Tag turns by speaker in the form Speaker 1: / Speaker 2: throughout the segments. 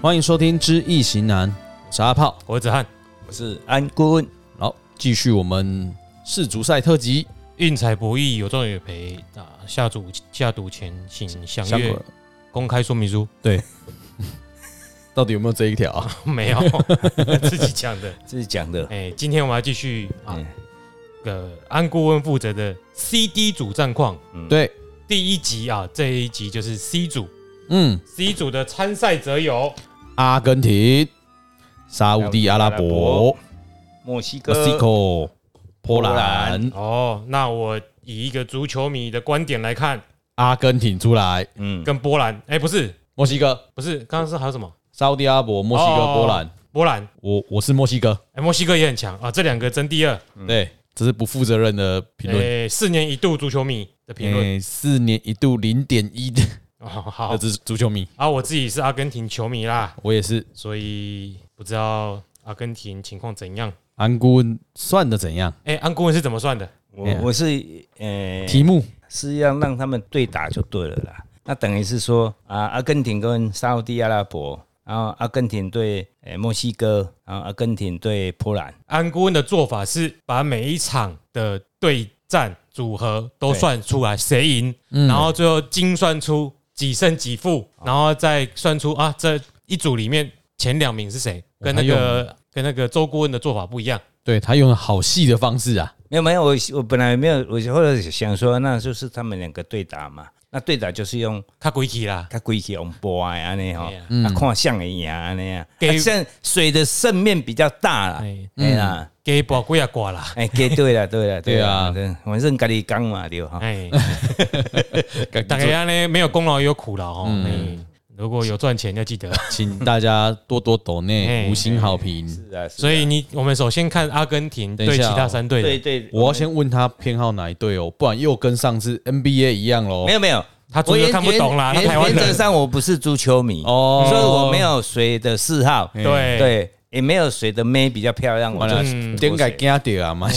Speaker 1: 欢迎收听《知易行难》，我是阿炮。
Speaker 2: 我子汉
Speaker 3: 我是安顾问，
Speaker 1: 好，继续我们世足赛特辑。
Speaker 2: 运彩博弈有赚有赔啊，下注下赌前请详
Speaker 1: 香
Speaker 2: 阅
Speaker 1: 果
Speaker 2: 公开说明书。
Speaker 1: 到底有没有这一条啊？
Speaker 2: 没有自己讲的。
Speaker 3: 这是讲的，
Speaker 2: 哎，今天我们要继续啊
Speaker 3: 嗯，
Speaker 2: 呃，安顾问负责的 CD 组战况
Speaker 1: 对，
Speaker 2: 第一集啊，这一集就是 C 组
Speaker 1: 嗯，
Speaker 2: ，C 组的参赛者有
Speaker 1: 阿根廷、沙乌地阿拉伯、
Speaker 3: 墨西哥
Speaker 1: 墨西哥、波兰
Speaker 3: 兰、
Speaker 2: 哦，那我以一个足球迷的观点来看，
Speaker 1: 阿根廷出来，
Speaker 3: 嗯，
Speaker 2: 跟波兰，哎，不是
Speaker 1: 墨西哥、
Speaker 2: 不是，刚刚是还有什么？
Speaker 1: 沙乌地阿拉伯、墨西哥、
Speaker 2: 哦
Speaker 1: 波兰。
Speaker 2: 波兰，
Speaker 1: 我我是墨西哥，
Speaker 2: 哎，墨西哥也很强啊，这两个争第二。
Speaker 1: 对，这是不负责任的评论。
Speaker 2: 诶，四年一度足球迷的评论。
Speaker 1: 诶四年一度零点一的
Speaker 2: 哦，好
Speaker 1: 足足球迷，
Speaker 2: 啊，我自己是阿根廷球迷啦，
Speaker 1: 我也是。
Speaker 2: 所以不知道阿根廷情况怎样。
Speaker 1: 安顾问算的怎样？
Speaker 2: 哎、安顾问是怎么算的？
Speaker 3: 我我是呃，
Speaker 1: 题目
Speaker 3: 是要让他们对打就对了啦。那等于是说啊，阿根廷跟沙特阿拉伯，然后阿根廷对呃墨西哥，然后阿根廷对波兰，
Speaker 2: 安顾问的做法是把每一场的对战组合都算出来谁赢，然后最后精算出几胜几负，然后再算出啊这一组里面前两名是谁，跟那个跟那个周顾问的做法不一样。
Speaker 1: 对他用了好细的方式啊，
Speaker 3: 没有没有，我我本来没有，我后来想说，那就是他们两个对打嘛。那对打就是用
Speaker 2: 他鬼气啦，
Speaker 3: 他规矩用波啊安尼吼
Speaker 2: 哎呀，
Speaker 3: 啊看像的赢安尼啊，
Speaker 2: 给
Speaker 3: 啊像水的胜面比较大啦，
Speaker 2: 哎，
Speaker 3: 哎啦。
Speaker 2: 给宝贵啊挂啦，
Speaker 3: 哎，给对了，对了，
Speaker 1: 对啊
Speaker 3: 了，对反正跟你讲嘛，对哈。
Speaker 2: 哎。大
Speaker 1: 大家
Speaker 2: 家呢没有功劳也有苦劳哦。嗯，如果有赚钱要记得。
Speaker 1: 请大家多多抖内
Speaker 2: 哎
Speaker 1: 五星好评。
Speaker 3: 是啊，
Speaker 2: 所
Speaker 3: 以
Speaker 2: 以你我们首先看阿根廷
Speaker 1: 等一
Speaker 2: 对其
Speaker 1: 下哦
Speaker 2: 他三队
Speaker 3: 对
Speaker 2: 的，
Speaker 3: 对，
Speaker 1: 我要先问他偏好哪一队哦，不然又跟上次 NBA 一样喽
Speaker 3: 没。有没有，
Speaker 2: 他足
Speaker 3: 我
Speaker 2: 球
Speaker 3: 原
Speaker 2: 看不懂啦，他
Speaker 3: 原
Speaker 2: 台湾
Speaker 3: 原则
Speaker 2: 人。
Speaker 3: 上我不是足球迷
Speaker 1: 哦
Speaker 3: 哦，所以我没有谁的嗜好，
Speaker 2: 对
Speaker 3: 对，也没有谁的妹比较漂亮，我
Speaker 1: 完了
Speaker 3: 就
Speaker 2: 嗯，
Speaker 1: 点解 惊掉啊？嘛，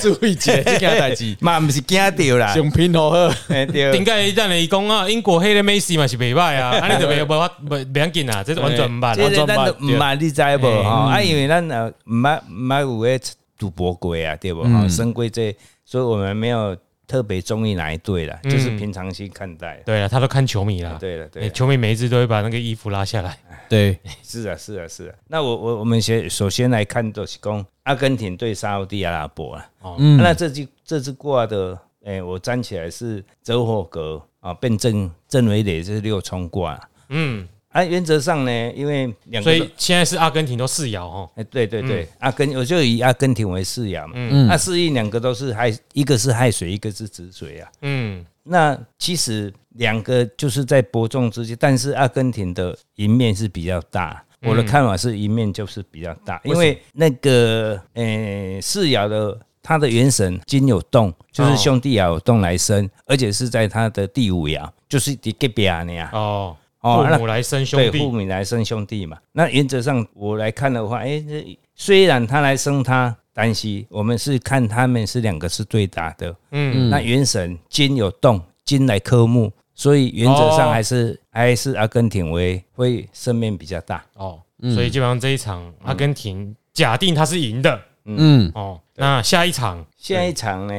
Speaker 1: 注意姐，这件代志，
Speaker 3: 嘛不是惊 掉啦，
Speaker 1: 上拼好好。
Speaker 3: 哎
Speaker 2: 嗯顶
Speaker 3: 对，
Speaker 2: 盖让你讲啊，英国黑的梅西嘛是袂歹 啊，安尼就没法不不要紧啊，这是完全唔办。
Speaker 3: 这个咱都
Speaker 1: 我全
Speaker 3: 唔捌你知无
Speaker 2: 哎
Speaker 3: 吼，啊，因为咱呃唔捌唔捌有诶赌博过啊，对不
Speaker 2: 嗯
Speaker 3: 哈，升过这，所以我们没有特别中意哪一队啦，就是
Speaker 2: 嗯
Speaker 3: 平常心看待。
Speaker 2: 对啊，他都看球迷啦，
Speaker 3: 对了，对
Speaker 2: 哎
Speaker 3: 了。
Speaker 2: 球迷每一次都会把那个衣服拉下来。
Speaker 1: 对，
Speaker 3: 是啊，是啊，是啊。那我我我们先首先来看就是讲阿根廷对沙特阿拉伯啊，
Speaker 2: 哦
Speaker 3: 嗯，那这支这支挂的，哎、我站起来是周火格啊，变正正维磊是六冲挂
Speaker 2: 嗯，
Speaker 3: 啊。原则上呢，因为两
Speaker 2: 所
Speaker 3: 个都
Speaker 2: 以，现在是阿根廷都四摇哦，
Speaker 3: 哎、对对对，阿根我就以阿根廷为四亚嘛，嗯，那四亿两个都是害，一个是害水，一个是止水啊。
Speaker 2: 嗯，
Speaker 3: 那其实两个就是在伯仲之间，但是阿根廷的赢面是比较大。我的
Speaker 2: 嗯
Speaker 3: 看法是赢面就是比较大，因为那个呃世爻的他的元神金有动，
Speaker 2: 哦
Speaker 3: 就是兄弟爻有动来生，而且是在他的第五爻，就是第隔壁啊那样。
Speaker 2: 哦，
Speaker 3: 哦
Speaker 2: 父
Speaker 3: 那
Speaker 2: 母来生
Speaker 3: 对
Speaker 2: 兄
Speaker 3: 父
Speaker 2: 弟，
Speaker 3: 母来生兄弟嘛。那原则上我来看的话，哎、这虽然他来生他，但是我们是看他们是两个是对打的。
Speaker 2: 嗯
Speaker 3: 嗯，那元神金有动，金来克木，所以原则上还是、还是阿根廷为会胜面比较大。
Speaker 2: 哦，所以基本上这一场
Speaker 3: 嗯
Speaker 2: 阿根廷假定他是赢的
Speaker 1: 嗯，
Speaker 2: 哦，那下一场
Speaker 3: 下一场呢？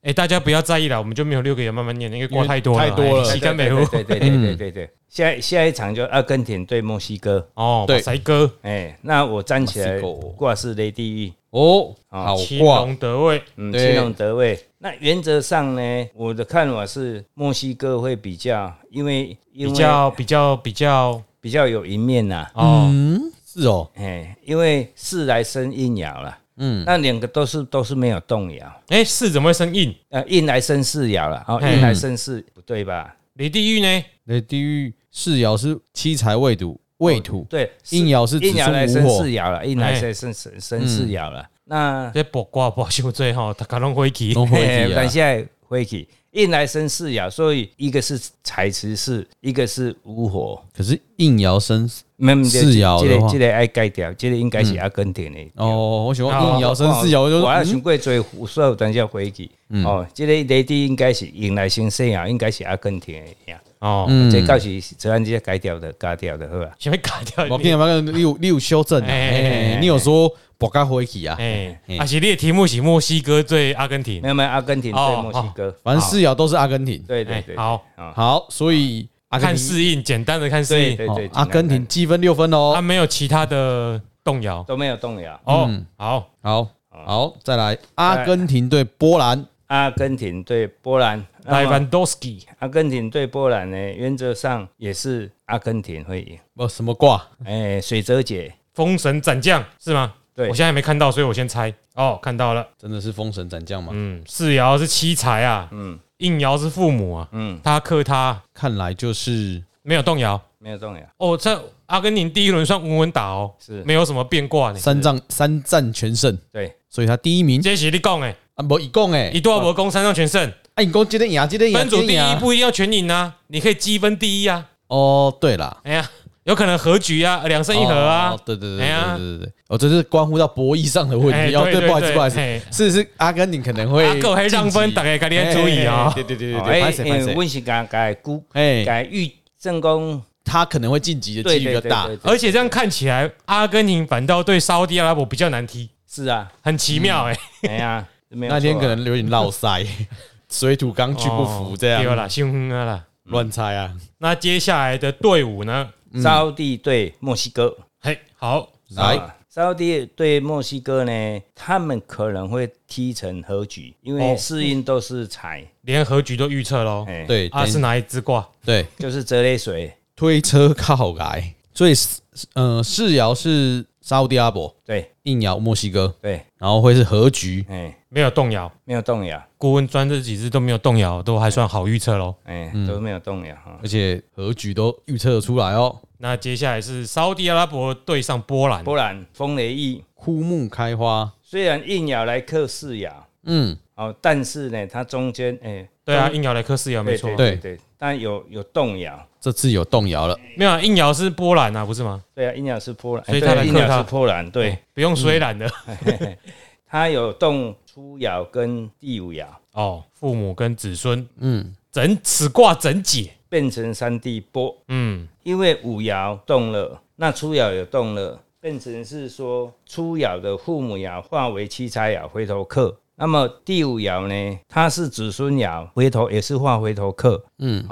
Speaker 2: 哎、大家不要在意了，我们就没有六个人慢慢念，因为瓜太多了，
Speaker 1: 因为太多了
Speaker 2: 哎洗干美
Speaker 3: 对
Speaker 2: 湖
Speaker 3: 对对对对对对对，下下一场就阿根廷对墨西哥。
Speaker 2: 哦，
Speaker 1: 对
Speaker 2: 马塞哥、
Speaker 3: 哎、那我站起来
Speaker 1: 墨西哥
Speaker 3: 挂是雷地狱，
Speaker 1: 哦，
Speaker 3: 啊
Speaker 1: 好
Speaker 2: 青
Speaker 1: 挂，
Speaker 2: 龙得位，
Speaker 3: 嗯，
Speaker 1: 对
Speaker 3: 青龙得位。那原则上呢，我的看法是墨西哥会比较，因为
Speaker 2: 比
Speaker 3: 因为
Speaker 2: 较比较比较
Speaker 3: 比较有赢面啊呐、
Speaker 2: 哦，
Speaker 1: 嗯，是哦，
Speaker 3: 哎、因为四来生硬爻啦，嗯，那两个都是都是没有动摇，
Speaker 2: 哎、四怎么会生硬？
Speaker 3: 呃，印来生四爻了，哦，
Speaker 2: 嗯
Speaker 3: 印来生四不对吧？
Speaker 2: 李地狱呢？
Speaker 1: 那地狱世爻是七财未土，未土
Speaker 3: 哦对，
Speaker 1: 应爻是子
Speaker 3: 印爻来
Speaker 1: 孙
Speaker 3: 生
Speaker 1: 无
Speaker 3: 四
Speaker 1: 火，
Speaker 3: 爻了，印来生生生生四爻了。那
Speaker 2: 这卜卦卜修最后，他可能会起
Speaker 1: 都会
Speaker 3: 嘿
Speaker 1: 地啊
Speaker 3: 但现在回去，印来生四爻，所以一个是采持式，一个是无火。
Speaker 1: 可是应爻生
Speaker 3: 没没
Speaker 1: 四爻
Speaker 3: 这
Speaker 1: 的话嗯
Speaker 3: 个这个爱改掉，这个应该是阿根廷的。
Speaker 1: 哦，我喜欢
Speaker 2: 哦
Speaker 1: 应爻生四爻，我就
Speaker 3: 我还想
Speaker 1: 嗯
Speaker 3: 过做有所有等下回去。哦，这个雷地应该是引来生四爻，应该是阿根廷的。
Speaker 2: 哦，
Speaker 1: 嗯
Speaker 3: 这到时泽安直接改掉的，改掉的，好吧？
Speaker 2: 前面卡掉
Speaker 1: 我跟
Speaker 2: 你，
Speaker 1: 你们你有你有修正啊，
Speaker 2: 哎哎哎
Speaker 1: 哎，你有说博加回去啊，
Speaker 2: 哎
Speaker 1: 嘿，
Speaker 2: 而且列题目是墨西哥对阿根廷
Speaker 3: 没，有没有，阿根廷嗯对墨西哥，
Speaker 1: 反正四爻都是阿根廷。
Speaker 3: 对对对，
Speaker 2: 好
Speaker 3: 啊，
Speaker 1: 好，所以阿根
Speaker 2: 看
Speaker 1: 廷
Speaker 2: 适应，简单的看适
Speaker 3: 对
Speaker 2: 应，
Speaker 3: 对
Speaker 1: 哦
Speaker 3: 对，
Speaker 1: 阿根廷积分六分
Speaker 2: 他
Speaker 1: 哦。
Speaker 2: 没有其他的动摇。
Speaker 3: 都没有动摇。
Speaker 2: 哦，啊好，
Speaker 1: 嗯好好，再来阿根廷对波兰，
Speaker 3: 阿根廷对波兰，
Speaker 2: 莱
Speaker 3: 那么
Speaker 2: 万多斯基，
Speaker 3: 阿根廷对波兰呢，原则上也是阿根廷会赢。
Speaker 1: 不什么卦？
Speaker 3: 哎，水泽姐，
Speaker 2: 封神斩将是吗？
Speaker 3: 对
Speaker 2: 我现在还没看到，所以我先猜。哦，看到了，
Speaker 1: 真的是封神斩将吗？
Speaker 2: 嗯，四爻是七财啊，嗯，应爻是父母啊，嗯，他克他
Speaker 1: 看来就是
Speaker 2: 没有动摇。
Speaker 3: 没有动摇。
Speaker 2: 哦，这阿根廷第一轮算稳稳打哦，
Speaker 3: 是
Speaker 2: 没有什么变卦呢。
Speaker 1: 三战三战全胜，
Speaker 3: 对，
Speaker 1: 所以他第一名
Speaker 2: 这是你讲诶，
Speaker 1: 啊，不一共哎
Speaker 2: 一，段博攻三上全胜，
Speaker 1: 啊，你讲今天赢，今天赢，
Speaker 2: 分组
Speaker 1: 今
Speaker 2: 第
Speaker 1: 天
Speaker 2: 一
Speaker 1: 赢
Speaker 2: 不一定要全赢啊，你可以积分第一啊。
Speaker 1: 哦，对啦，
Speaker 2: 哎呀，有可能和局啊，两胜一和啊
Speaker 1: 哦，对对对
Speaker 2: 哎
Speaker 1: 对
Speaker 2: 呀
Speaker 1: 对对对，哦，这是关乎到博弈上的问
Speaker 2: 哎
Speaker 1: 题哦。
Speaker 2: 对
Speaker 1: 对，
Speaker 2: 对
Speaker 1: 不好意思，
Speaker 2: 对
Speaker 1: 不好意思
Speaker 2: 嘿，
Speaker 1: 是是阿根廷可能会
Speaker 2: 阿狗还让分，
Speaker 1: 晋级
Speaker 2: 大家家己注意
Speaker 1: 哎哎
Speaker 2: 啊
Speaker 1: 哎。对对对对
Speaker 3: 哦
Speaker 1: 对，拍谁
Speaker 3: 因
Speaker 1: 拍
Speaker 3: 为
Speaker 1: 谁，
Speaker 3: 温是改改估
Speaker 1: 哎，
Speaker 3: 改预正宫，
Speaker 1: 他可能会晋级的
Speaker 3: 对
Speaker 1: 几率比
Speaker 3: 对
Speaker 1: 较
Speaker 3: 对
Speaker 1: 大，
Speaker 3: 对对
Speaker 2: 而且这样看起来，阿根廷反倒对沙地阿拉伯比较难踢，
Speaker 3: 是啊，
Speaker 2: 很奇
Speaker 1: 嗯
Speaker 2: 妙哎。
Speaker 3: 哎呀，没有啊错啊
Speaker 1: 那天可能有点落塞，水土刚去不服这
Speaker 2: 哦对
Speaker 1: 样
Speaker 2: 啦，兴奋啊啦。
Speaker 1: 乱猜啊。
Speaker 2: 那接下来的队伍呢？
Speaker 3: 沙地对墨西哥，
Speaker 2: 嘿，好，
Speaker 1: 来，
Speaker 3: 啊，沙地对墨西哥呢，他们可能会踢成和局，因为
Speaker 2: 哦
Speaker 3: 适应都是财，
Speaker 2: 连和局都预测喽。
Speaker 3: 哎，，
Speaker 1: 对
Speaker 2: 啊，是哪一支卦？
Speaker 1: 对，
Speaker 3: 就是泽雷水，
Speaker 1: 推车靠来，所以呃，世爻是沙烏地阿拉伯，
Speaker 3: 对
Speaker 1: 硬爻墨西哥，
Speaker 3: 对，
Speaker 1: 然后会是和局，
Speaker 3: 哎，
Speaker 2: 没有动摇，
Speaker 3: 没有动摇，
Speaker 2: 顾问专这几支都没有动摇，都还算好预测喽。
Speaker 3: 哎，都没有动摇哈，
Speaker 1: 而且和局都预测得出来哦。
Speaker 2: 那接下来是沙地阿拉伯对上波兰，
Speaker 3: 波兰风雷翼
Speaker 1: 枯木开花，
Speaker 3: 虽然硬咬来克四咬，
Speaker 1: 嗯，
Speaker 3: 哦，但是呢，它中间哎，
Speaker 2: 对啊，
Speaker 3: 中，
Speaker 2: 硬摇来克四爻没错，
Speaker 1: 对
Speaker 3: 对，但有有动摇，
Speaker 1: 这次有动摇了，
Speaker 2: 没有啊硬摇是波兰啊，不是吗？
Speaker 3: 对啊，硬咬是波兰，
Speaker 2: 所以
Speaker 3: 对
Speaker 2: 它来
Speaker 3: 硬
Speaker 2: 克
Speaker 3: 咬
Speaker 2: 它
Speaker 3: 是波兰，对，
Speaker 2: 不用虽然的
Speaker 3: 它有动初爻跟第五爻，
Speaker 2: 哦，父母跟子孙
Speaker 1: 嗯，
Speaker 2: 整此卦整解，
Speaker 3: 变成三地波，
Speaker 2: 嗯，
Speaker 3: 因为五爻动了，那初爻也动了，变成是说初爻的父母爻化为七财爻回头客。那么第五爻呢，它是子孙爻，回头也是化回头客，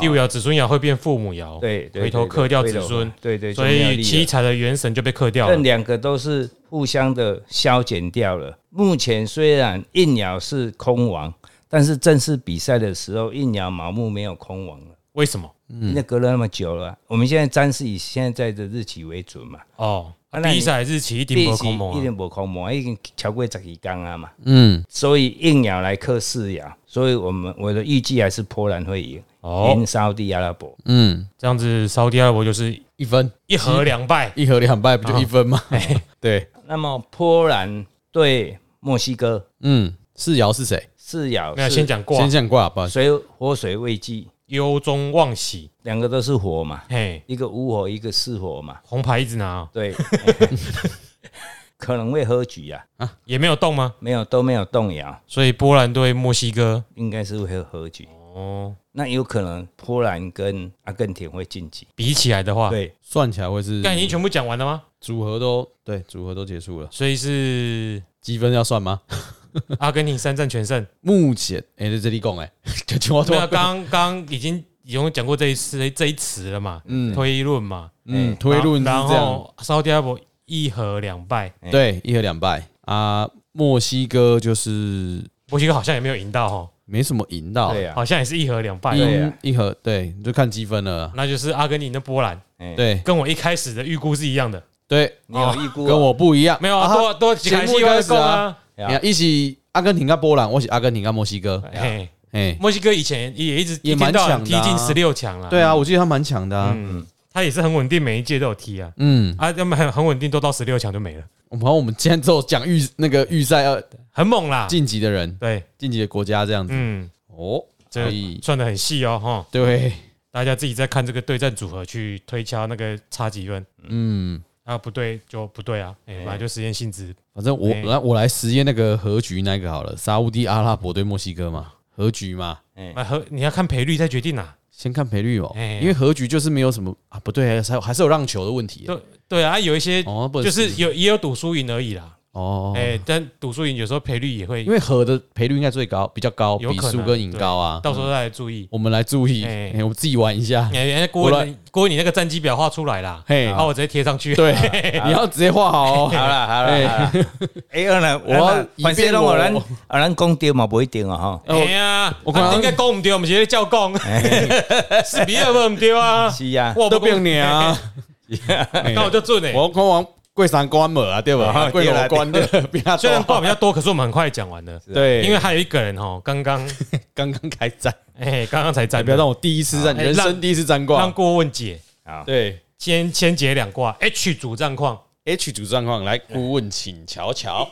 Speaker 2: 第五爻子孙爻会变父母爻，
Speaker 3: 对，对
Speaker 2: 回头
Speaker 3: 对
Speaker 2: 克掉
Speaker 3: 回
Speaker 2: 子
Speaker 3: 头
Speaker 2: 孙，
Speaker 3: 对对，
Speaker 2: 所
Speaker 3: 就没有利
Speaker 2: 以
Speaker 3: 了
Speaker 2: 七彩的元神就被克掉
Speaker 3: 这
Speaker 2: 了。
Speaker 3: 两个都是互相的消减掉了。目前虽然印爻是空王，但是正式比赛的时候，印爻盲目没有空王了。
Speaker 2: 为什么？
Speaker 3: 那隔了那么久了，我们现在占是以现在的日期为准嘛？
Speaker 2: 哦，
Speaker 3: 啊
Speaker 2: 啊
Speaker 3: 那你
Speaker 2: 比赛日期一定不空蒙
Speaker 3: 一
Speaker 2: 啊。
Speaker 3: 定不空魔，已经超过十几天啊嘛。
Speaker 1: 嗯，
Speaker 3: 所以硬爻来克四爻，所以我们我的预计还是波兰会赢，赢
Speaker 2: 哦，
Speaker 3: 沙地阿拉伯。
Speaker 1: 嗯，
Speaker 2: 这样子烧第二波就是
Speaker 1: 一分，
Speaker 2: 一和两败。
Speaker 1: 一和两败不就一分 吗？
Speaker 2: 哎
Speaker 1: 对，
Speaker 3: 那么波兰对墨西哥
Speaker 1: 嗯，世爻是谁？
Speaker 3: 四爻
Speaker 2: 没有，
Speaker 3: 是
Speaker 2: 先讲卦
Speaker 1: 先，讲卦吧。
Speaker 3: 水火水未济，
Speaker 2: 忧中忘喜。
Speaker 3: 两个都是火嘛。
Speaker 2: 嘿，
Speaker 3: 一个无火，一个是火嘛。
Speaker 2: 红牌一直拿啊，
Speaker 3: 对，可能会喝局啊，
Speaker 2: 也没有动吗？
Speaker 3: 没有都没有动摇，
Speaker 2: 所以波兰对墨西哥，
Speaker 3: 应该是会喝局。
Speaker 2: 哦，
Speaker 3: 那有可能波兰跟阿根廷会晋级。
Speaker 2: 比起来的话，
Speaker 3: 对，
Speaker 1: 算起来会是
Speaker 2: 刚已经全部讲完了吗？
Speaker 1: 组合都对，组合都结束了，
Speaker 2: 所以是
Speaker 1: 积分要算吗？
Speaker 2: 阿根廷三战全胜。
Speaker 1: 目前，哎，在这里讲，哎， 就就我
Speaker 2: 对啊，刚刚已经已经讲过这一次这一词了嘛，
Speaker 1: 嗯
Speaker 2: 推论嘛，
Speaker 1: 嗯，推论是
Speaker 2: 哎然
Speaker 1: 这样，
Speaker 2: 后沙特阿拉伯一和两败，
Speaker 3: 哎
Speaker 1: 对，一和两败啊。墨西哥就是
Speaker 2: 墨西哥好像也没有赢到哦，
Speaker 1: 没什么赢到，
Speaker 3: 对啊，
Speaker 2: 好像也是一和两败，
Speaker 3: 对
Speaker 1: 赢
Speaker 3: 啊
Speaker 1: 一和对，你就看积分了啊。
Speaker 2: 那就是阿根廷跟波兰，
Speaker 3: 哎，
Speaker 1: 对
Speaker 2: 跟我一开始的预估是一样的，
Speaker 1: 对，
Speaker 3: 你有预估
Speaker 1: 哦
Speaker 3: 啊
Speaker 1: 跟我不一样，
Speaker 2: 没有啊，
Speaker 1: 啊
Speaker 2: 多多几开
Speaker 1: 节目
Speaker 2: 始
Speaker 1: 一开始
Speaker 2: 够
Speaker 1: 啊
Speaker 2: 啊，
Speaker 3: 对啊
Speaker 1: 你看一起阿根廷跟波兰，我是阿根廷跟墨西哥，
Speaker 2: 嘿，
Speaker 1: 哎，
Speaker 2: 墨西哥以前也一直
Speaker 1: 也
Speaker 2: 一天到晚
Speaker 1: 蛮
Speaker 2: 踢
Speaker 1: 强的啊
Speaker 2: 进十六强了，
Speaker 1: 对啊，我记得他蛮强的啊，
Speaker 2: 嗯，他也是很稳定，每一届都有踢啊，
Speaker 1: 嗯，
Speaker 2: 啊，他们很很稳定，都到十六强就没了，
Speaker 1: 我们好像我们今天只有讲预那个预赛要呃
Speaker 2: 很猛啦，
Speaker 1: 晋级的人，
Speaker 2: 对，
Speaker 1: 晋级的国家这样子
Speaker 2: 嗯，
Speaker 1: 哦，
Speaker 2: 这
Speaker 1: 可以
Speaker 2: 算的很细哦，哈，
Speaker 1: 对，
Speaker 2: 大家自己再看这个对战组合去推敲那个差几分
Speaker 1: 嗯，
Speaker 2: 啊，不对就不对啊，哎，本来就实验性质，
Speaker 1: 反正我
Speaker 2: 哎
Speaker 1: 来我来实验那个和局那个好了，沙乌地阿拉伯对墨西哥嘛，和局嘛，
Speaker 2: 啊和你要看赔率再决定啊，
Speaker 1: 先看赔率哦，
Speaker 2: 哎
Speaker 1: 因为和局就是没有什么啊，不对，还有还是有让球的问题
Speaker 2: 对对啊，有一些
Speaker 1: 哎哦，不能
Speaker 2: 就是
Speaker 1: 死
Speaker 2: 有也有赌输赢而已啦，
Speaker 1: 哦，
Speaker 2: 哎，但赌输赢有时候赔率也会
Speaker 1: 因，为和的赔率应该最高，比较高，
Speaker 2: 有
Speaker 1: 比
Speaker 2: 可能
Speaker 1: 输跟赢高啊。
Speaker 2: 到时候再来注意。
Speaker 1: 我们来注意，
Speaker 2: 哎
Speaker 1: 哎，我们自己玩一下。
Speaker 2: 哎、哎郭文郭文你那个战绩表画出来啦，
Speaker 1: 嘿
Speaker 2: 然后我直接贴上 去。
Speaker 1: 对，你要直接画 好
Speaker 3: 好
Speaker 1: 哦。
Speaker 3: 啦好啦好 啦，哎，二呢，
Speaker 1: 我要
Speaker 3: 我反
Speaker 1: 以
Speaker 3: 正
Speaker 1: 便
Speaker 3: 拢
Speaker 1: 我
Speaker 3: 有咱啊，咱讲对嘛，不一定啊吼。
Speaker 2: 哎呀，
Speaker 1: 哦我
Speaker 2: 我
Speaker 1: 刚刚
Speaker 2: 应该讲唔对，我们直接叫讲， 是比二不唔对啊，
Speaker 3: 是啊，
Speaker 2: 我
Speaker 1: 都变你啊！ 哎
Speaker 2: 那我就准欸
Speaker 1: 我
Speaker 2: 诶。
Speaker 1: 要跟王桂山关门啊，对吧？
Speaker 3: 哎
Speaker 1: 桂
Speaker 3: 对啦
Speaker 1: 罗关的，比他
Speaker 2: 虽然
Speaker 1: 多
Speaker 2: 话比较多，可是我们很快讲完了，
Speaker 1: 啊对，
Speaker 2: 因为还有一个人哦，刚刚
Speaker 1: 刚刚开战，
Speaker 2: 哎，刚刚才
Speaker 1: 哎
Speaker 2: 占，
Speaker 1: 不要让我第一次战，
Speaker 2: 哎
Speaker 1: 人生
Speaker 2: 让
Speaker 1: 第一次战
Speaker 2: 让
Speaker 1: 挂。
Speaker 2: 郭问解，
Speaker 3: 好，
Speaker 1: 对
Speaker 2: 先先解两卦，H 主战况，
Speaker 1: H 组状况来顾问，请瞧瞧。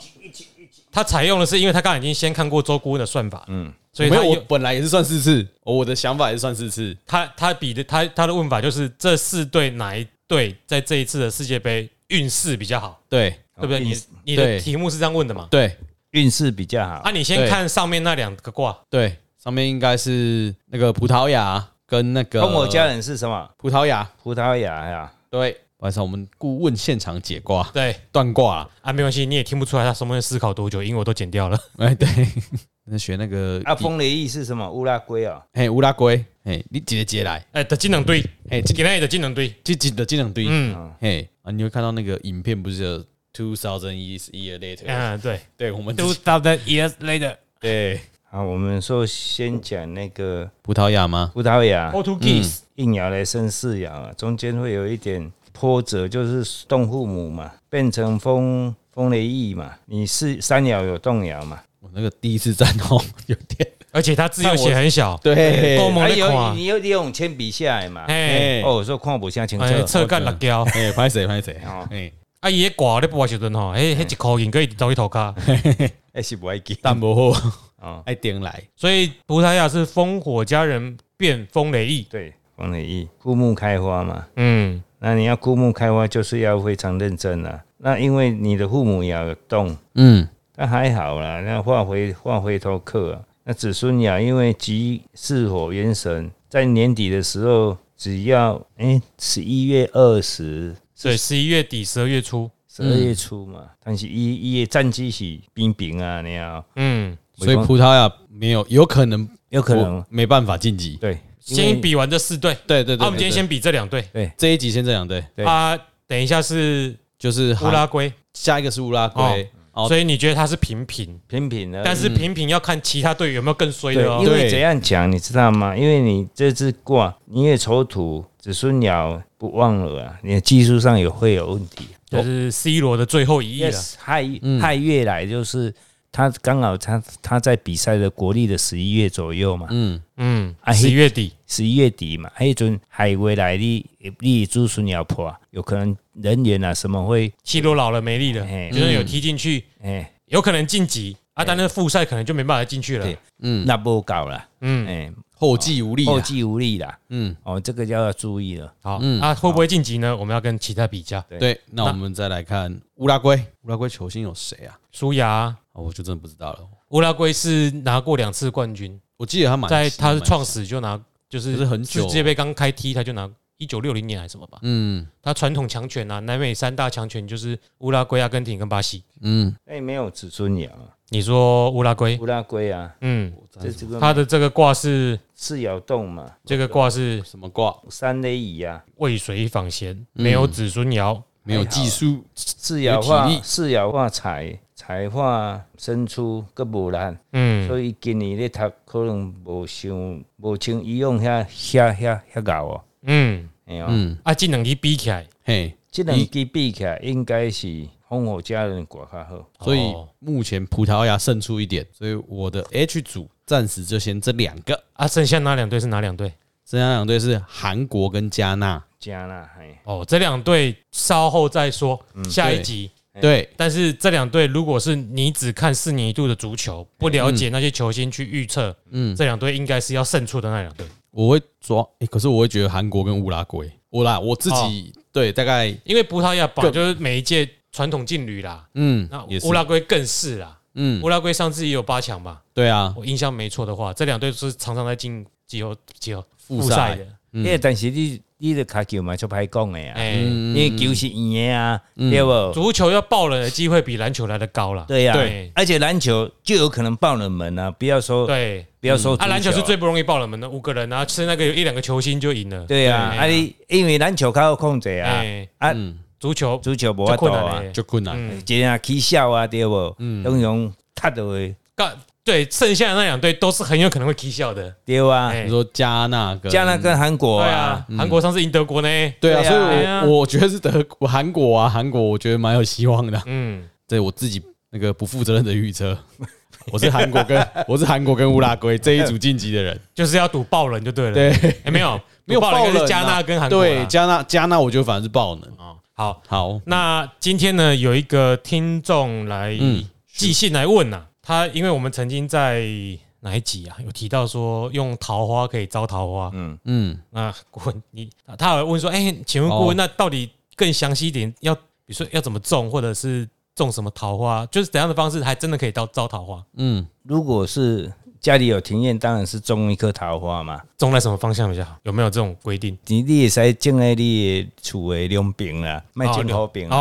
Speaker 2: 他采用的是，因为他刚刚已经先看过周顾问的算法，嗯，所以
Speaker 1: 没
Speaker 2: 他
Speaker 1: 有，我
Speaker 2: 用
Speaker 1: 本来也是算四次，哦我的想法也是算四次。
Speaker 2: 他他比的他他的问法就是这四队哪一队在这一次的世界杯运势比较好，
Speaker 1: 对
Speaker 2: 对不对？
Speaker 3: 运
Speaker 2: 你
Speaker 3: 势
Speaker 2: 你的
Speaker 1: 哦对
Speaker 2: 题目是这样问的嘛？
Speaker 1: 对
Speaker 3: 运势比较好
Speaker 2: 啊，。你先
Speaker 1: 对
Speaker 2: 看上面那两个卦，
Speaker 1: 对，上面应该是那个葡萄牙跟那个
Speaker 3: 跟我家人是什么？
Speaker 1: 葡萄牙。
Speaker 3: 葡萄牙呀，
Speaker 1: 对，晚上我们顾问现场解卦
Speaker 2: 对
Speaker 1: 断卦啦。
Speaker 2: 啊，没关系，你也听不出来他什么时候思考多久，因为我都剪掉了。
Speaker 1: 哎，对， 那学那个
Speaker 3: 啊，风雷翼是什么？乌拉圭啊，
Speaker 1: 哎乌拉圭，哎，你直接接来，
Speaker 2: 哎，的技能队，
Speaker 1: 哎，这
Speaker 2: 今天的技能队，
Speaker 1: 这这的这两堆，
Speaker 2: 嗯
Speaker 1: 嘿啊，你会看到那个影片不是有 two thousand years year later，
Speaker 2: 嗯，对
Speaker 1: 对我们
Speaker 2: ，two thousand years later，
Speaker 1: 对
Speaker 3: 啊，我们说先讲那个
Speaker 1: 葡萄牙吗？
Speaker 3: 葡萄牙
Speaker 1: 哦
Speaker 2: o two geese，
Speaker 3: 硬摇来生四爻啊，中间会有一点波折，就是动父母嘛，变成风风雷翼嘛，你是三爻有动摇嘛，
Speaker 1: 我那个第一次战哦， 有点
Speaker 2: 而且他字又写很小，
Speaker 1: 对
Speaker 2: 够猛
Speaker 3: 还
Speaker 2: 的
Speaker 3: 有
Speaker 2: 看，
Speaker 3: 哎
Speaker 2: 啊
Speaker 3: 你有利用铅笔下来嘛，
Speaker 2: 哎，
Speaker 1: 哎
Speaker 3: 哦，我说看不下清楚，
Speaker 2: 哎，侧干六胶，
Speaker 1: 哎，拍谁拍谁
Speaker 3: 哦
Speaker 1: 哎，
Speaker 2: 啊，伊挂咧播的时阵吼，哎迄迄一箍银个一直走去涂骹，
Speaker 3: 还是不爱记
Speaker 1: 但不
Speaker 2: 嗯
Speaker 1: 好
Speaker 3: 哦，
Speaker 1: 爱点来，
Speaker 2: 所以葡萄牙是烽火家人变风雷翼，
Speaker 3: 对，风雷翼枯木开花嘛，
Speaker 2: 嗯，
Speaker 3: 那你要枯木开花，就是要非常认真了、那因为你的父母爻有动，
Speaker 1: 嗯
Speaker 3: 那还好啦。那化回化回头客、啊，那子孙爻因为吉是火元神，在年底的时候，只要哎十一月二十、
Speaker 2: 所以十一月底十二月初，
Speaker 3: 十二月初嘛，但是一一月战绩是冰冰啊，你要
Speaker 2: 嗯，
Speaker 1: 所以葡萄牙没有，有可能
Speaker 3: 有可能
Speaker 1: 我没办法晋级。
Speaker 3: 对，因
Speaker 2: 先
Speaker 3: 为
Speaker 2: 比完这四队，
Speaker 1: 对对对，
Speaker 2: 啊，我们今天
Speaker 1: 对
Speaker 2: 先比这两队，
Speaker 1: 对这一集先这样，对，
Speaker 3: 对
Speaker 2: 啊，等一下是
Speaker 1: 就是乌
Speaker 2: 乌
Speaker 1: 拉，
Speaker 2: 拉圭，
Speaker 1: 下一个是乌拉圭，哦，嗯
Speaker 2: 所以你觉得他是平平，
Speaker 3: 平平的。
Speaker 2: 但是平平要看其他队有没有更衰
Speaker 3: 对
Speaker 2: 的，哦
Speaker 3: 因，为
Speaker 1: 对
Speaker 3: 怎样讲，你知道吗？因为你这只卦，你也丑土子孙爻不忘了啊，你的技术上也会有问题。啊哦
Speaker 2: 就是 C 罗的最后一役啊了，
Speaker 3: yes，亥亥月来就是他刚好他他在比赛的国历的十一月左右嘛，
Speaker 1: 嗯，
Speaker 2: 嗯
Speaker 3: 啊，
Speaker 2: 十一月底，
Speaker 3: 十一月底嘛，迄阵海月来你你子孙爻破，有可能人员啊什么会
Speaker 2: C 罗老了没力了，
Speaker 3: 嘿
Speaker 2: 就是有踢进去，
Speaker 3: 哎
Speaker 2: 有可能晋级
Speaker 1: 哎
Speaker 2: 啊，但是复赛可能就没办法晋级了
Speaker 3: 对，那不搞了，
Speaker 2: 嗯。
Speaker 3: 哎
Speaker 1: 后继无力啊，
Speaker 2: 哦
Speaker 3: 后继无力啦，
Speaker 1: 嗯，
Speaker 3: 哦这个就要注意了。
Speaker 2: 好，啊，会不会晋级呢？我们要跟其他比较，
Speaker 3: 对
Speaker 1: 对，那我们再来看乌拉圭，乌拉圭球星有谁啊？
Speaker 2: 苏牙。
Speaker 1: 哦，我就真的不知道了。
Speaker 2: 乌拉圭是拿过两次冠军，
Speaker 1: 我记得他蛮
Speaker 2: 在他是
Speaker 1: 蛮
Speaker 2: 创始就拿，就
Speaker 1: 就是是很久
Speaker 2: 世界杯刚开踢他就拿一九六零年还是什么吧。
Speaker 1: 嗯
Speaker 2: 他传统强权啊，南美三大强权就是乌拉圭、阿根廷跟巴西。
Speaker 1: 嗯，
Speaker 3: 那哎也没有子孙爻啊，
Speaker 2: 你说乌拉圭，
Speaker 3: 乌拉圭啊，
Speaker 2: 嗯，
Speaker 3: 这这个
Speaker 2: 他的这个卦是
Speaker 3: 四爻动嘛，
Speaker 2: 这个卦是
Speaker 1: 什么卦
Speaker 3: 三雷乙啊，
Speaker 2: 渭水访贤，没有子孙爻，
Speaker 1: 没有技术？
Speaker 3: 四爻化
Speaker 1: 有体力
Speaker 3: 四爻化财财化生出个无难。
Speaker 2: 嗯，
Speaker 3: 所以今年咧读可能无像无像以往遐遐遐遐高哦，
Speaker 2: 嗯，
Speaker 3: 哎呀、
Speaker 1: 嗯，
Speaker 2: 啊，这两个比起来，
Speaker 1: 嘿，
Speaker 3: 这两支比起来应该是烽火家人挂较好。
Speaker 1: 所以
Speaker 2: 哦
Speaker 1: 目前葡萄牙胜出一点，所以我的 H 组暂时就先这两个，
Speaker 2: 啊，剩下那两队是哪两队？
Speaker 1: 剩下两队是韩国跟加纳。
Speaker 3: 加啦，嘿，
Speaker 1: 嗯
Speaker 2: 哦，这两队稍后再说，下一集
Speaker 1: 对，
Speaker 2: 但是这两队，如果是你只看四年一度的足球，不了解那些球星去预测，
Speaker 1: 嗯，
Speaker 2: 这两队应该是要胜出的那两队，
Speaker 1: 我会抓，诶可是我会觉得韩国跟乌拉圭，我啦我自己、
Speaker 2: 哦
Speaker 1: 对大概
Speaker 2: 因为葡萄牙榜
Speaker 1: 更
Speaker 2: 就是每一届传统劲旅啦，
Speaker 1: 嗯
Speaker 2: 那
Speaker 1: 也是
Speaker 2: 乌拉圭更是啦，
Speaker 1: 嗯
Speaker 2: 乌拉圭上次也有八强嘛，
Speaker 1: 对啊，
Speaker 2: 我印象没错的话，这两队是常常在进季后季后
Speaker 1: 复
Speaker 2: 复
Speaker 1: 赛
Speaker 2: 赛的，
Speaker 1: 嗯
Speaker 3: 因为但是你你的卡球嘛，就歹讲的啊，
Speaker 2: 哎，
Speaker 1: 嗯
Speaker 3: 因为球是赢的啊，
Speaker 2: 嗯
Speaker 3: 对不？
Speaker 2: 足球要爆冷的机会比篮球来的高啦。
Speaker 3: 对呀、啊
Speaker 2: 对
Speaker 3: 而且篮球就有可能爆冷门啊！不要说，
Speaker 2: 对，
Speaker 3: 不要说足
Speaker 2: 啊，篮球是最不容易爆冷门的，五个人啊，吃那个有一两个球星就赢了，
Speaker 3: 对呀、啊，
Speaker 2: 对
Speaker 3: 啊你因为篮球较好控制啊，
Speaker 2: 哎，
Speaker 3: 啊
Speaker 1: 嗯
Speaker 2: 足球
Speaker 3: 足球
Speaker 2: 就
Speaker 3: 无法度
Speaker 2: 困
Speaker 3: 啊
Speaker 2: 难，嗯了，
Speaker 1: 就困难，
Speaker 2: 嗯，
Speaker 3: 一下起笑啊，对不？拢用踢到的，
Speaker 2: 干对，剩下的那两队都是很有可能会踢笑的，
Speaker 3: 对啊，
Speaker 2: 哎
Speaker 1: 你说加纳跟
Speaker 3: 加拿大跟韩国
Speaker 2: 对
Speaker 3: 啊
Speaker 2: 啊，，韩国上次赢德国呢，
Speaker 1: 对啊，
Speaker 3: 对啊
Speaker 1: 所以
Speaker 2: 对啊
Speaker 1: 我我觉得是德国韩国啊，韩国我觉得蛮有希望的。
Speaker 2: 嗯，
Speaker 1: 对我自己那个不负责任的预测， 我是韩国 跟我是韩国跟乌拉圭这一组晋级的人。
Speaker 2: 就是要赌爆冷就对了，
Speaker 1: 对，
Speaker 2: 哎，没有
Speaker 1: 没有
Speaker 2: 赌爆
Speaker 1: 爆
Speaker 2: 冷，应该
Speaker 1: 冷啊
Speaker 2: 是加纳跟韩国啦，
Speaker 1: 对加纳加纳，我觉得反而是爆能。
Speaker 2: 哦，好，
Speaker 1: 好，
Speaker 2: 那今天呢，有一个听众来
Speaker 1: 嗯
Speaker 2: 寄信来问呐、啊他因为我们曾经在哪一集啊，有提到说用桃花可以招桃花，
Speaker 1: 嗯，
Speaker 2: 那顾问你他有问说，哎、请问顾问，那到底更详细一点，要比如说要怎么种，或者是种什么桃花，就是怎样的方式，还真的可以招招桃花，
Speaker 1: 嗯，
Speaker 3: 如果是家里有庭院，当然是种一棵桃花嘛。
Speaker 2: 种在什么方向比较好？有没有这种规定？
Speaker 3: 你你会使种在你的厝的两边啦，卖种好边啊，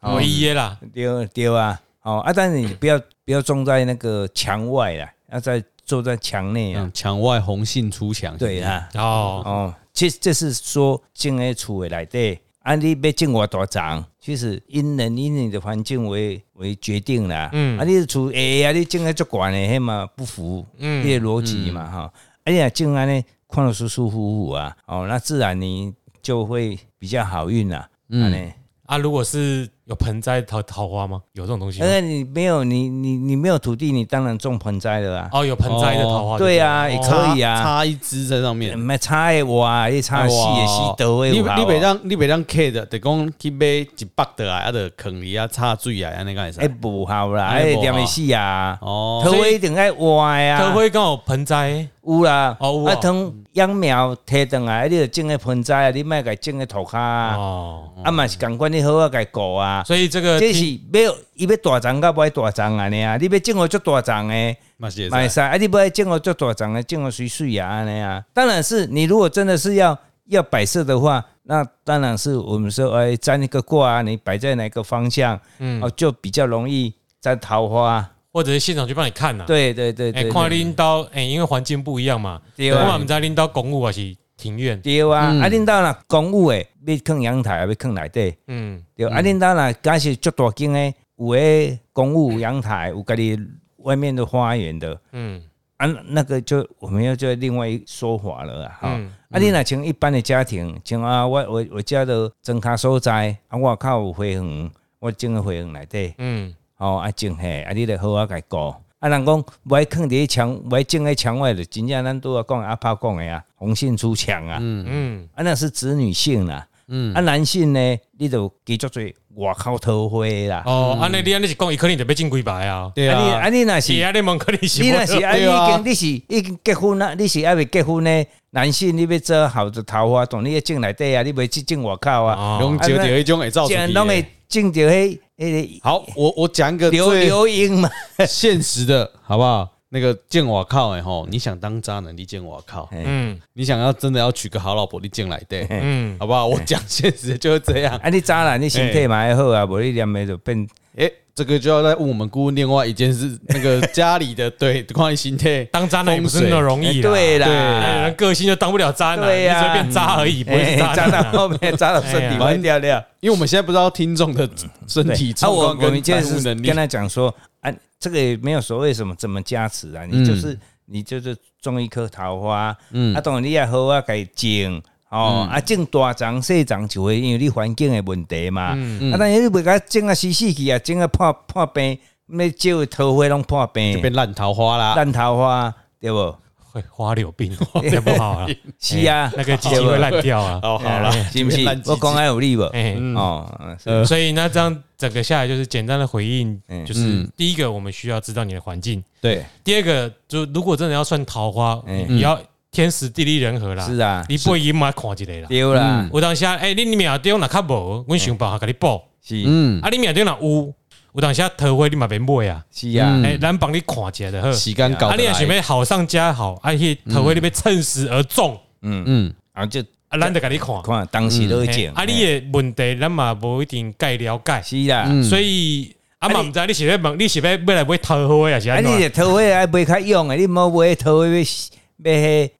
Speaker 2: 哦，我一耶啦，
Speaker 3: 对对啊，哦啊，但是你不要不要种在那个墙外啦，要在种在墙内啊，
Speaker 1: 嗯墙外红杏出墙。
Speaker 3: 对，啦，
Speaker 2: 哦，
Speaker 3: 哦，其实这是说种在厝的内底，啊，你要种偌大丛，其实因人因你的环境为为决定啦，
Speaker 2: 嗯
Speaker 3: 啊，你的厝哎啊，你种在足悬的，迄嘛不符，
Speaker 2: 嗯，
Speaker 3: 你的逻辑嘛哈。哎呀，静安呢，看得舒舒服服啊，哦，那自然你就会比较好运啦、啊。嗯，
Speaker 2: 啊，如果是有盆栽桃桃花吗？有这种东西吗
Speaker 3: 那？个你没有你你你没有土地，你当然种盆栽了啊。
Speaker 2: 哦，有盆栽的桃花就
Speaker 3: 对
Speaker 2: 了
Speaker 3: 啊，也
Speaker 2: 哦
Speaker 3: 可以啊。
Speaker 1: 哎插一支在上面。哎
Speaker 3: 没差的哇，你差的细的细多的
Speaker 1: 你
Speaker 3: 有
Speaker 1: 你
Speaker 3: 好
Speaker 1: 袂
Speaker 3: 啊。
Speaker 1: 当你袂当 K 的，得讲去买一百的啊，啊，得坑里啊，插水啊，安尼干啥
Speaker 3: 哎，？不好啦，
Speaker 1: 哎
Speaker 3: 哎，
Speaker 1: 不好
Speaker 3: 点的死啊。
Speaker 1: 哦，
Speaker 3: 头尾一定爱挖呀，
Speaker 2: 特辉刚好盆栽，
Speaker 3: 啊有啦，
Speaker 2: 哦哦有
Speaker 3: 啊，
Speaker 2: 啊
Speaker 3: 藤秧苗摕上来，你就种个盆栽啊，你莫给种个涂骹啊，
Speaker 2: 哦，
Speaker 3: 啊嘛是共款，你好好给顾啊。
Speaker 2: 所以这个
Speaker 3: 这
Speaker 2: 听
Speaker 3: 是要伊要大丛甲不爱大丛安尼啊，你要种个足大丛诶，
Speaker 1: 嘛是
Speaker 3: 买
Speaker 1: 会使
Speaker 3: 使啊，你不爱种个足大丛诶，种个水水啊安尼啊。当然是你如果真的是要要摆设的话，那当然是我们说哎占一个卦啊，你摆在哪个方向，嗯，哦就比较容易占桃花。啊
Speaker 2: 或者是现场去帮你看呐、啊，
Speaker 3: 对对对
Speaker 2: 哎、
Speaker 3: 对，
Speaker 2: 看
Speaker 3: 对
Speaker 2: 拎刀，哎、因为环境不一样嘛，
Speaker 3: 对
Speaker 2: 我
Speaker 3: 啊
Speaker 2: 们在拎刀公务还是庭院，
Speaker 3: 对啊，
Speaker 2: 嗯
Speaker 3: 啊恁兜若公务诶，要放阳台啊，要放内底。
Speaker 2: 嗯，
Speaker 3: 对，啊，恁当然假是足大间诶，有诶公务有阳台，有家己外面的花园的，
Speaker 2: 嗯，
Speaker 3: 啊，那个就我们要做另外一说法了啊，哈、
Speaker 2: 嗯
Speaker 3: 啊，你若像一般的家庭，像啊，我我我家的种卡所在，啊，我靠有花园，我种个花园内底，
Speaker 2: 嗯，
Speaker 3: 哦，啊种嘿，啊，你得好好家顾。啊，人讲不爱放伫墙，不爱种在墙外的，真正咱拄啊讲的阿炮讲的啊，红杏出墙啊。
Speaker 2: 嗯，
Speaker 3: 啊，那是子女性啦。嗯，啊，男性呢，你就加足多外口桃花的啦。
Speaker 2: 哦，安尼你安尼是讲，伊可能就被进几排啊，
Speaker 1: 对
Speaker 3: 啊，你
Speaker 1: 啊
Speaker 3: 啊，，你若是
Speaker 2: 是啊，你们可能是
Speaker 3: 你若
Speaker 2: 没
Speaker 3: 是
Speaker 2: 有
Speaker 3: 啊，你
Speaker 1: 对啊
Speaker 3: 已经你是已经结婚啦，你是还未结婚呢？男性你要做好的桃花，当然要种内底啊，你袂去种外口啊，
Speaker 1: 拢
Speaker 2: 哦，
Speaker 1: 招着迄种会造
Speaker 3: 这
Speaker 1: 成
Speaker 3: 样拢会种着迄迄
Speaker 1: 好，我我讲一个
Speaker 3: 个流
Speaker 1: 最
Speaker 3: 流莺嘛。
Speaker 1: 现实的，好不好？那个见我靠哎吼，你想当渣男，你见我靠；
Speaker 2: 嗯
Speaker 1: 你想要真的要娶个好老婆，你见来对，
Speaker 3: 哎
Speaker 2: 嗯，
Speaker 1: 好不好？我讲现实的就是这样。
Speaker 3: 啊，你早啦，你身体嘛还好啊，无你念的就变
Speaker 1: 哎，这个就要再问我们顾问另外一件事，那个家里的对关于心态，
Speaker 2: 当渣男也不是那么容易啦，啊
Speaker 3: 哎对
Speaker 2: 哎，
Speaker 3: 啦
Speaker 2: 人。个性就当不了渣男，
Speaker 3: 对
Speaker 2: 你
Speaker 3: 呀
Speaker 2: 随便渣而已，不会是
Speaker 3: 哎
Speaker 2: 渣
Speaker 3: 渣
Speaker 2: 男
Speaker 3: 到
Speaker 2: 啊。
Speaker 3: 后面，渣到身体
Speaker 1: 哎
Speaker 3: 歪
Speaker 1: 呀
Speaker 3: 掉掉。
Speaker 1: 因为我们现在不知道听众的身体
Speaker 3: 啊，
Speaker 1: 状
Speaker 3: 我我
Speaker 1: 况
Speaker 3: 们
Speaker 1: 跟
Speaker 3: 就
Speaker 1: 财务
Speaker 3: 是
Speaker 1: 能力
Speaker 3: 跟。他讲说，啊，这个也没有所谓什么怎么加持啊，
Speaker 1: 嗯
Speaker 3: 你就是、你就是种一棵桃花，嗯，啊，当然你也好啊，该种。
Speaker 1: 嗯
Speaker 3: 哦，啊，种大丛细丛就会因为你环境的问题嘛，
Speaker 1: 嗯
Speaker 3: 啊，但是你袂甲种啊死死去啊，种啊破破病，要照桃花拢破
Speaker 1: 就
Speaker 3: 病，
Speaker 1: 变烂桃花啦。
Speaker 3: 烂桃花对无？
Speaker 2: 会花柳病，这不好啊，
Speaker 3: 哎是啊，
Speaker 2: 那个机器会烂掉啊。
Speaker 1: 哦，好了，
Speaker 3: 哎是 不是
Speaker 1: 烂？鸡
Speaker 3: 我讲还啊有力不？
Speaker 2: 哎，
Speaker 1: 嗯
Speaker 3: 哦， 是
Speaker 2: 所以那这样整个下来就是简单的回应，
Speaker 3: 嗯
Speaker 2: 就是
Speaker 1: 嗯
Speaker 2: 第一个我们需要知道你的环境，
Speaker 3: 对，
Speaker 2: 第二个就如果真的要算桃花，
Speaker 3: 嗯
Speaker 2: 也要天时地利人和啦。
Speaker 3: 是啊，
Speaker 2: 你不一嘛看一个啦。
Speaker 3: 丢
Speaker 1: 嗯
Speaker 3: 啦，
Speaker 2: 有当时哎，你命中若较无，阮想办法甲你报。
Speaker 3: 是
Speaker 1: 嗯，
Speaker 2: 啊，你命中若有，有当时啊桃花你嘛免买啊。
Speaker 3: 是啊
Speaker 1: 嗯，
Speaker 2: 哎，咱帮你看一下就好。
Speaker 1: 洗干搞
Speaker 2: 啊，
Speaker 1: 得
Speaker 2: 你若想
Speaker 1: 来，
Speaker 2: 要好上加好，啊，迄桃花你要趁势而中，
Speaker 3: 嗯，
Speaker 1: 嗯，
Speaker 3: 啊就
Speaker 2: 啊，咱就甲你看。
Speaker 3: 嗯看当时都会
Speaker 2: 嘿
Speaker 3: 讲，
Speaker 2: 啊，你的问题咱嘛无一定介了解，
Speaker 3: 是啦，
Speaker 1: 嗯
Speaker 2: 所以啊嘛毋知你是要问，你是要要来买桃花还是
Speaker 3: 啊
Speaker 2: 安怎
Speaker 3: 你
Speaker 2: 样？
Speaker 3: 这头尾爱买较用的，你莫买头尾要要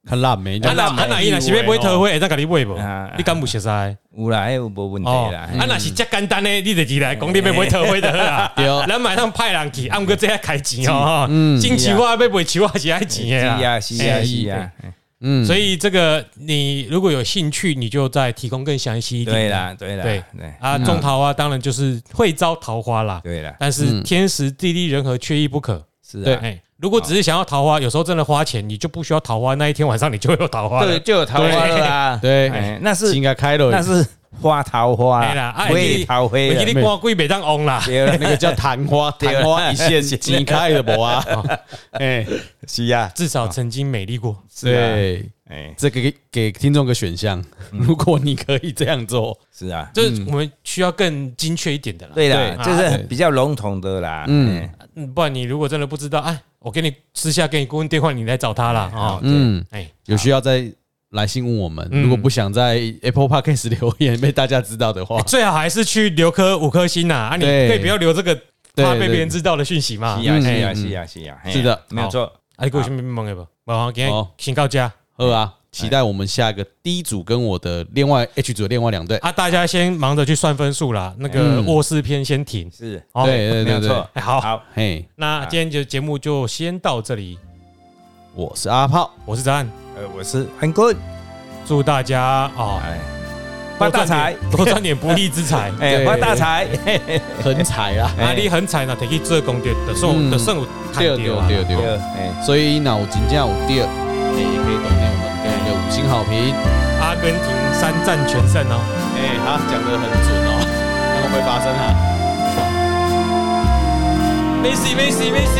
Speaker 1: 看烂没？
Speaker 2: 啊，那
Speaker 3: 咱
Speaker 2: 啊，
Speaker 3: 买
Speaker 2: 那伊若是要买桃花，会当甲你买
Speaker 3: 啊
Speaker 2: 无？你敢有熟悉？
Speaker 3: 有啦，迄有无问题
Speaker 2: 哦，
Speaker 3: 啦，
Speaker 2: 啊，若是遮简单诶，你就直来讲，你要买桃花就好啦。
Speaker 1: 对
Speaker 2: 咱买上派人去，啊，毋过这要开钱哦。种树啊，要卖树啊是爱钱
Speaker 3: 是
Speaker 2: 诶啦。
Speaker 3: 啊是啊
Speaker 2: 哎
Speaker 3: 是啊，哎
Speaker 1: 嗯，
Speaker 2: 所以这个你如果有兴趣，你就再提供更详细一点。
Speaker 3: 对啦对啦
Speaker 2: 对
Speaker 3: 对
Speaker 2: 啊，种桃花当然就是会招桃花啦，
Speaker 3: 对啦，
Speaker 2: 但是天时地利人和缺一不可。
Speaker 3: 是
Speaker 1: 对
Speaker 3: 啊，
Speaker 2: 哎，如果只是想要桃花，有时候真的花钱，你就不需要桃花，那一天晚上你就会有桃花了。
Speaker 3: 就有桃花了啦，
Speaker 1: 对
Speaker 3: 哎那
Speaker 1: 应
Speaker 3: 是
Speaker 1: 该嗯开了，
Speaker 3: 那是花桃花
Speaker 2: 哎啦啊
Speaker 3: 啦，会桃花
Speaker 2: 我
Speaker 3: 啦
Speaker 2: 今天光贵北当翁啦，
Speaker 3: 对啦
Speaker 1: 那个叫昙花，
Speaker 3: 对
Speaker 1: 昙花一现，几开的博 啊，哎，
Speaker 3: 是啊，
Speaker 2: 至少曾经美丽过。
Speaker 3: 是啊，
Speaker 1: 对，
Speaker 3: 哎
Speaker 1: 这个给给听众个选项，如果你可以这样做，
Speaker 3: 是啊，
Speaker 2: 就是我们需要更精确一点的啦。
Speaker 3: 对啦，
Speaker 1: 对
Speaker 3: 就
Speaker 1: 啊
Speaker 3: 是
Speaker 1: 对
Speaker 3: 比较笼统的啦，
Speaker 1: 嗯
Speaker 3: 嗯，
Speaker 2: 嗯，不然你如果真的不知道，哎，我给你私下给你顾问电话，你来找他啦。
Speaker 3: 哦
Speaker 2: 啊。
Speaker 1: 嗯，
Speaker 2: 哎，
Speaker 1: 有需要再来信问我们。
Speaker 2: 嗯
Speaker 1: 如果不想在 Apple Podcast 留言被大家知道的话，
Speaker 2: 最好还是去留颗五颗星呐。啊，你
Speaker 1: 对
Speaker 2: 可以不要留这个
Speaker 1: 对
Speaker 2: 怕被
Speaker 1: 对
Speaker 2: 别人知道的讯息嘛。哎
Speaker 3: 是啊
Speaker 1: 嗯
Speaker 3: 是啊
Speaker 1: 嗯
Speaker 3: 是啊是啊，嘿
Speaker 1: 是的
Speaker 3: 没有错，
Speaker 2: 啊，你过去问的不？我今天
Speaker 3: 哦
Speaker 1: 好
Speaker 2: 请告假
Speaker 1: 好啊，期待我们下一个 D 组跟我的另外 H 组的另外两队。
Speaker 2: 啊，大家先忙着去算分数啦。那个
Speaker 1: 嗯
Speaker 2: 卧室篇先停。
Speaker 3: 是，
Speaker 2: 好
Speaker 1: 对对
Speaker 3: 没有
Speaker 1: 对对
Speaker 3: 错，，
Speaker 2: 哎好，
Speaker 3: 好，
Speaker 1: 嘿，
Speaker 2: 那今天就节目就先到这里。
Speaker 1: 我是阿炮，
Speaker 2: 我是子安，
Speaker 3: 呃，我是很 good，
Speaker 2: 祝大家啊
Speaker 3: 哎，发大财，，
Speaker 2: 多赚点多赚点不义之财。
Speaker 3: 哎，
Speaker 1: 对
Speaker 3: 发大财，，
Speaker 1: 很彩啊
Speaker 2: 啊，你很惨啊，摕去做功德，就算
Speaker 1: 嗯
Speaker 2: 就算有
Speaker 1: 对对
Speaker 2: 啊。
Speaker 1: 对
Speaker 3: 对，
Speaker 1: 对，
Speaker 3: 哎，
Speaker 1: 所以呢，我真正有第二，哎也可以懂内我们给我们一个五星好评。
Speaker 2: 阿根廷三战全胜哦。
Speaker 1: 哎，他讲的很准哦， 那会不会发生啊？
Speaker 2: 没事没事没事。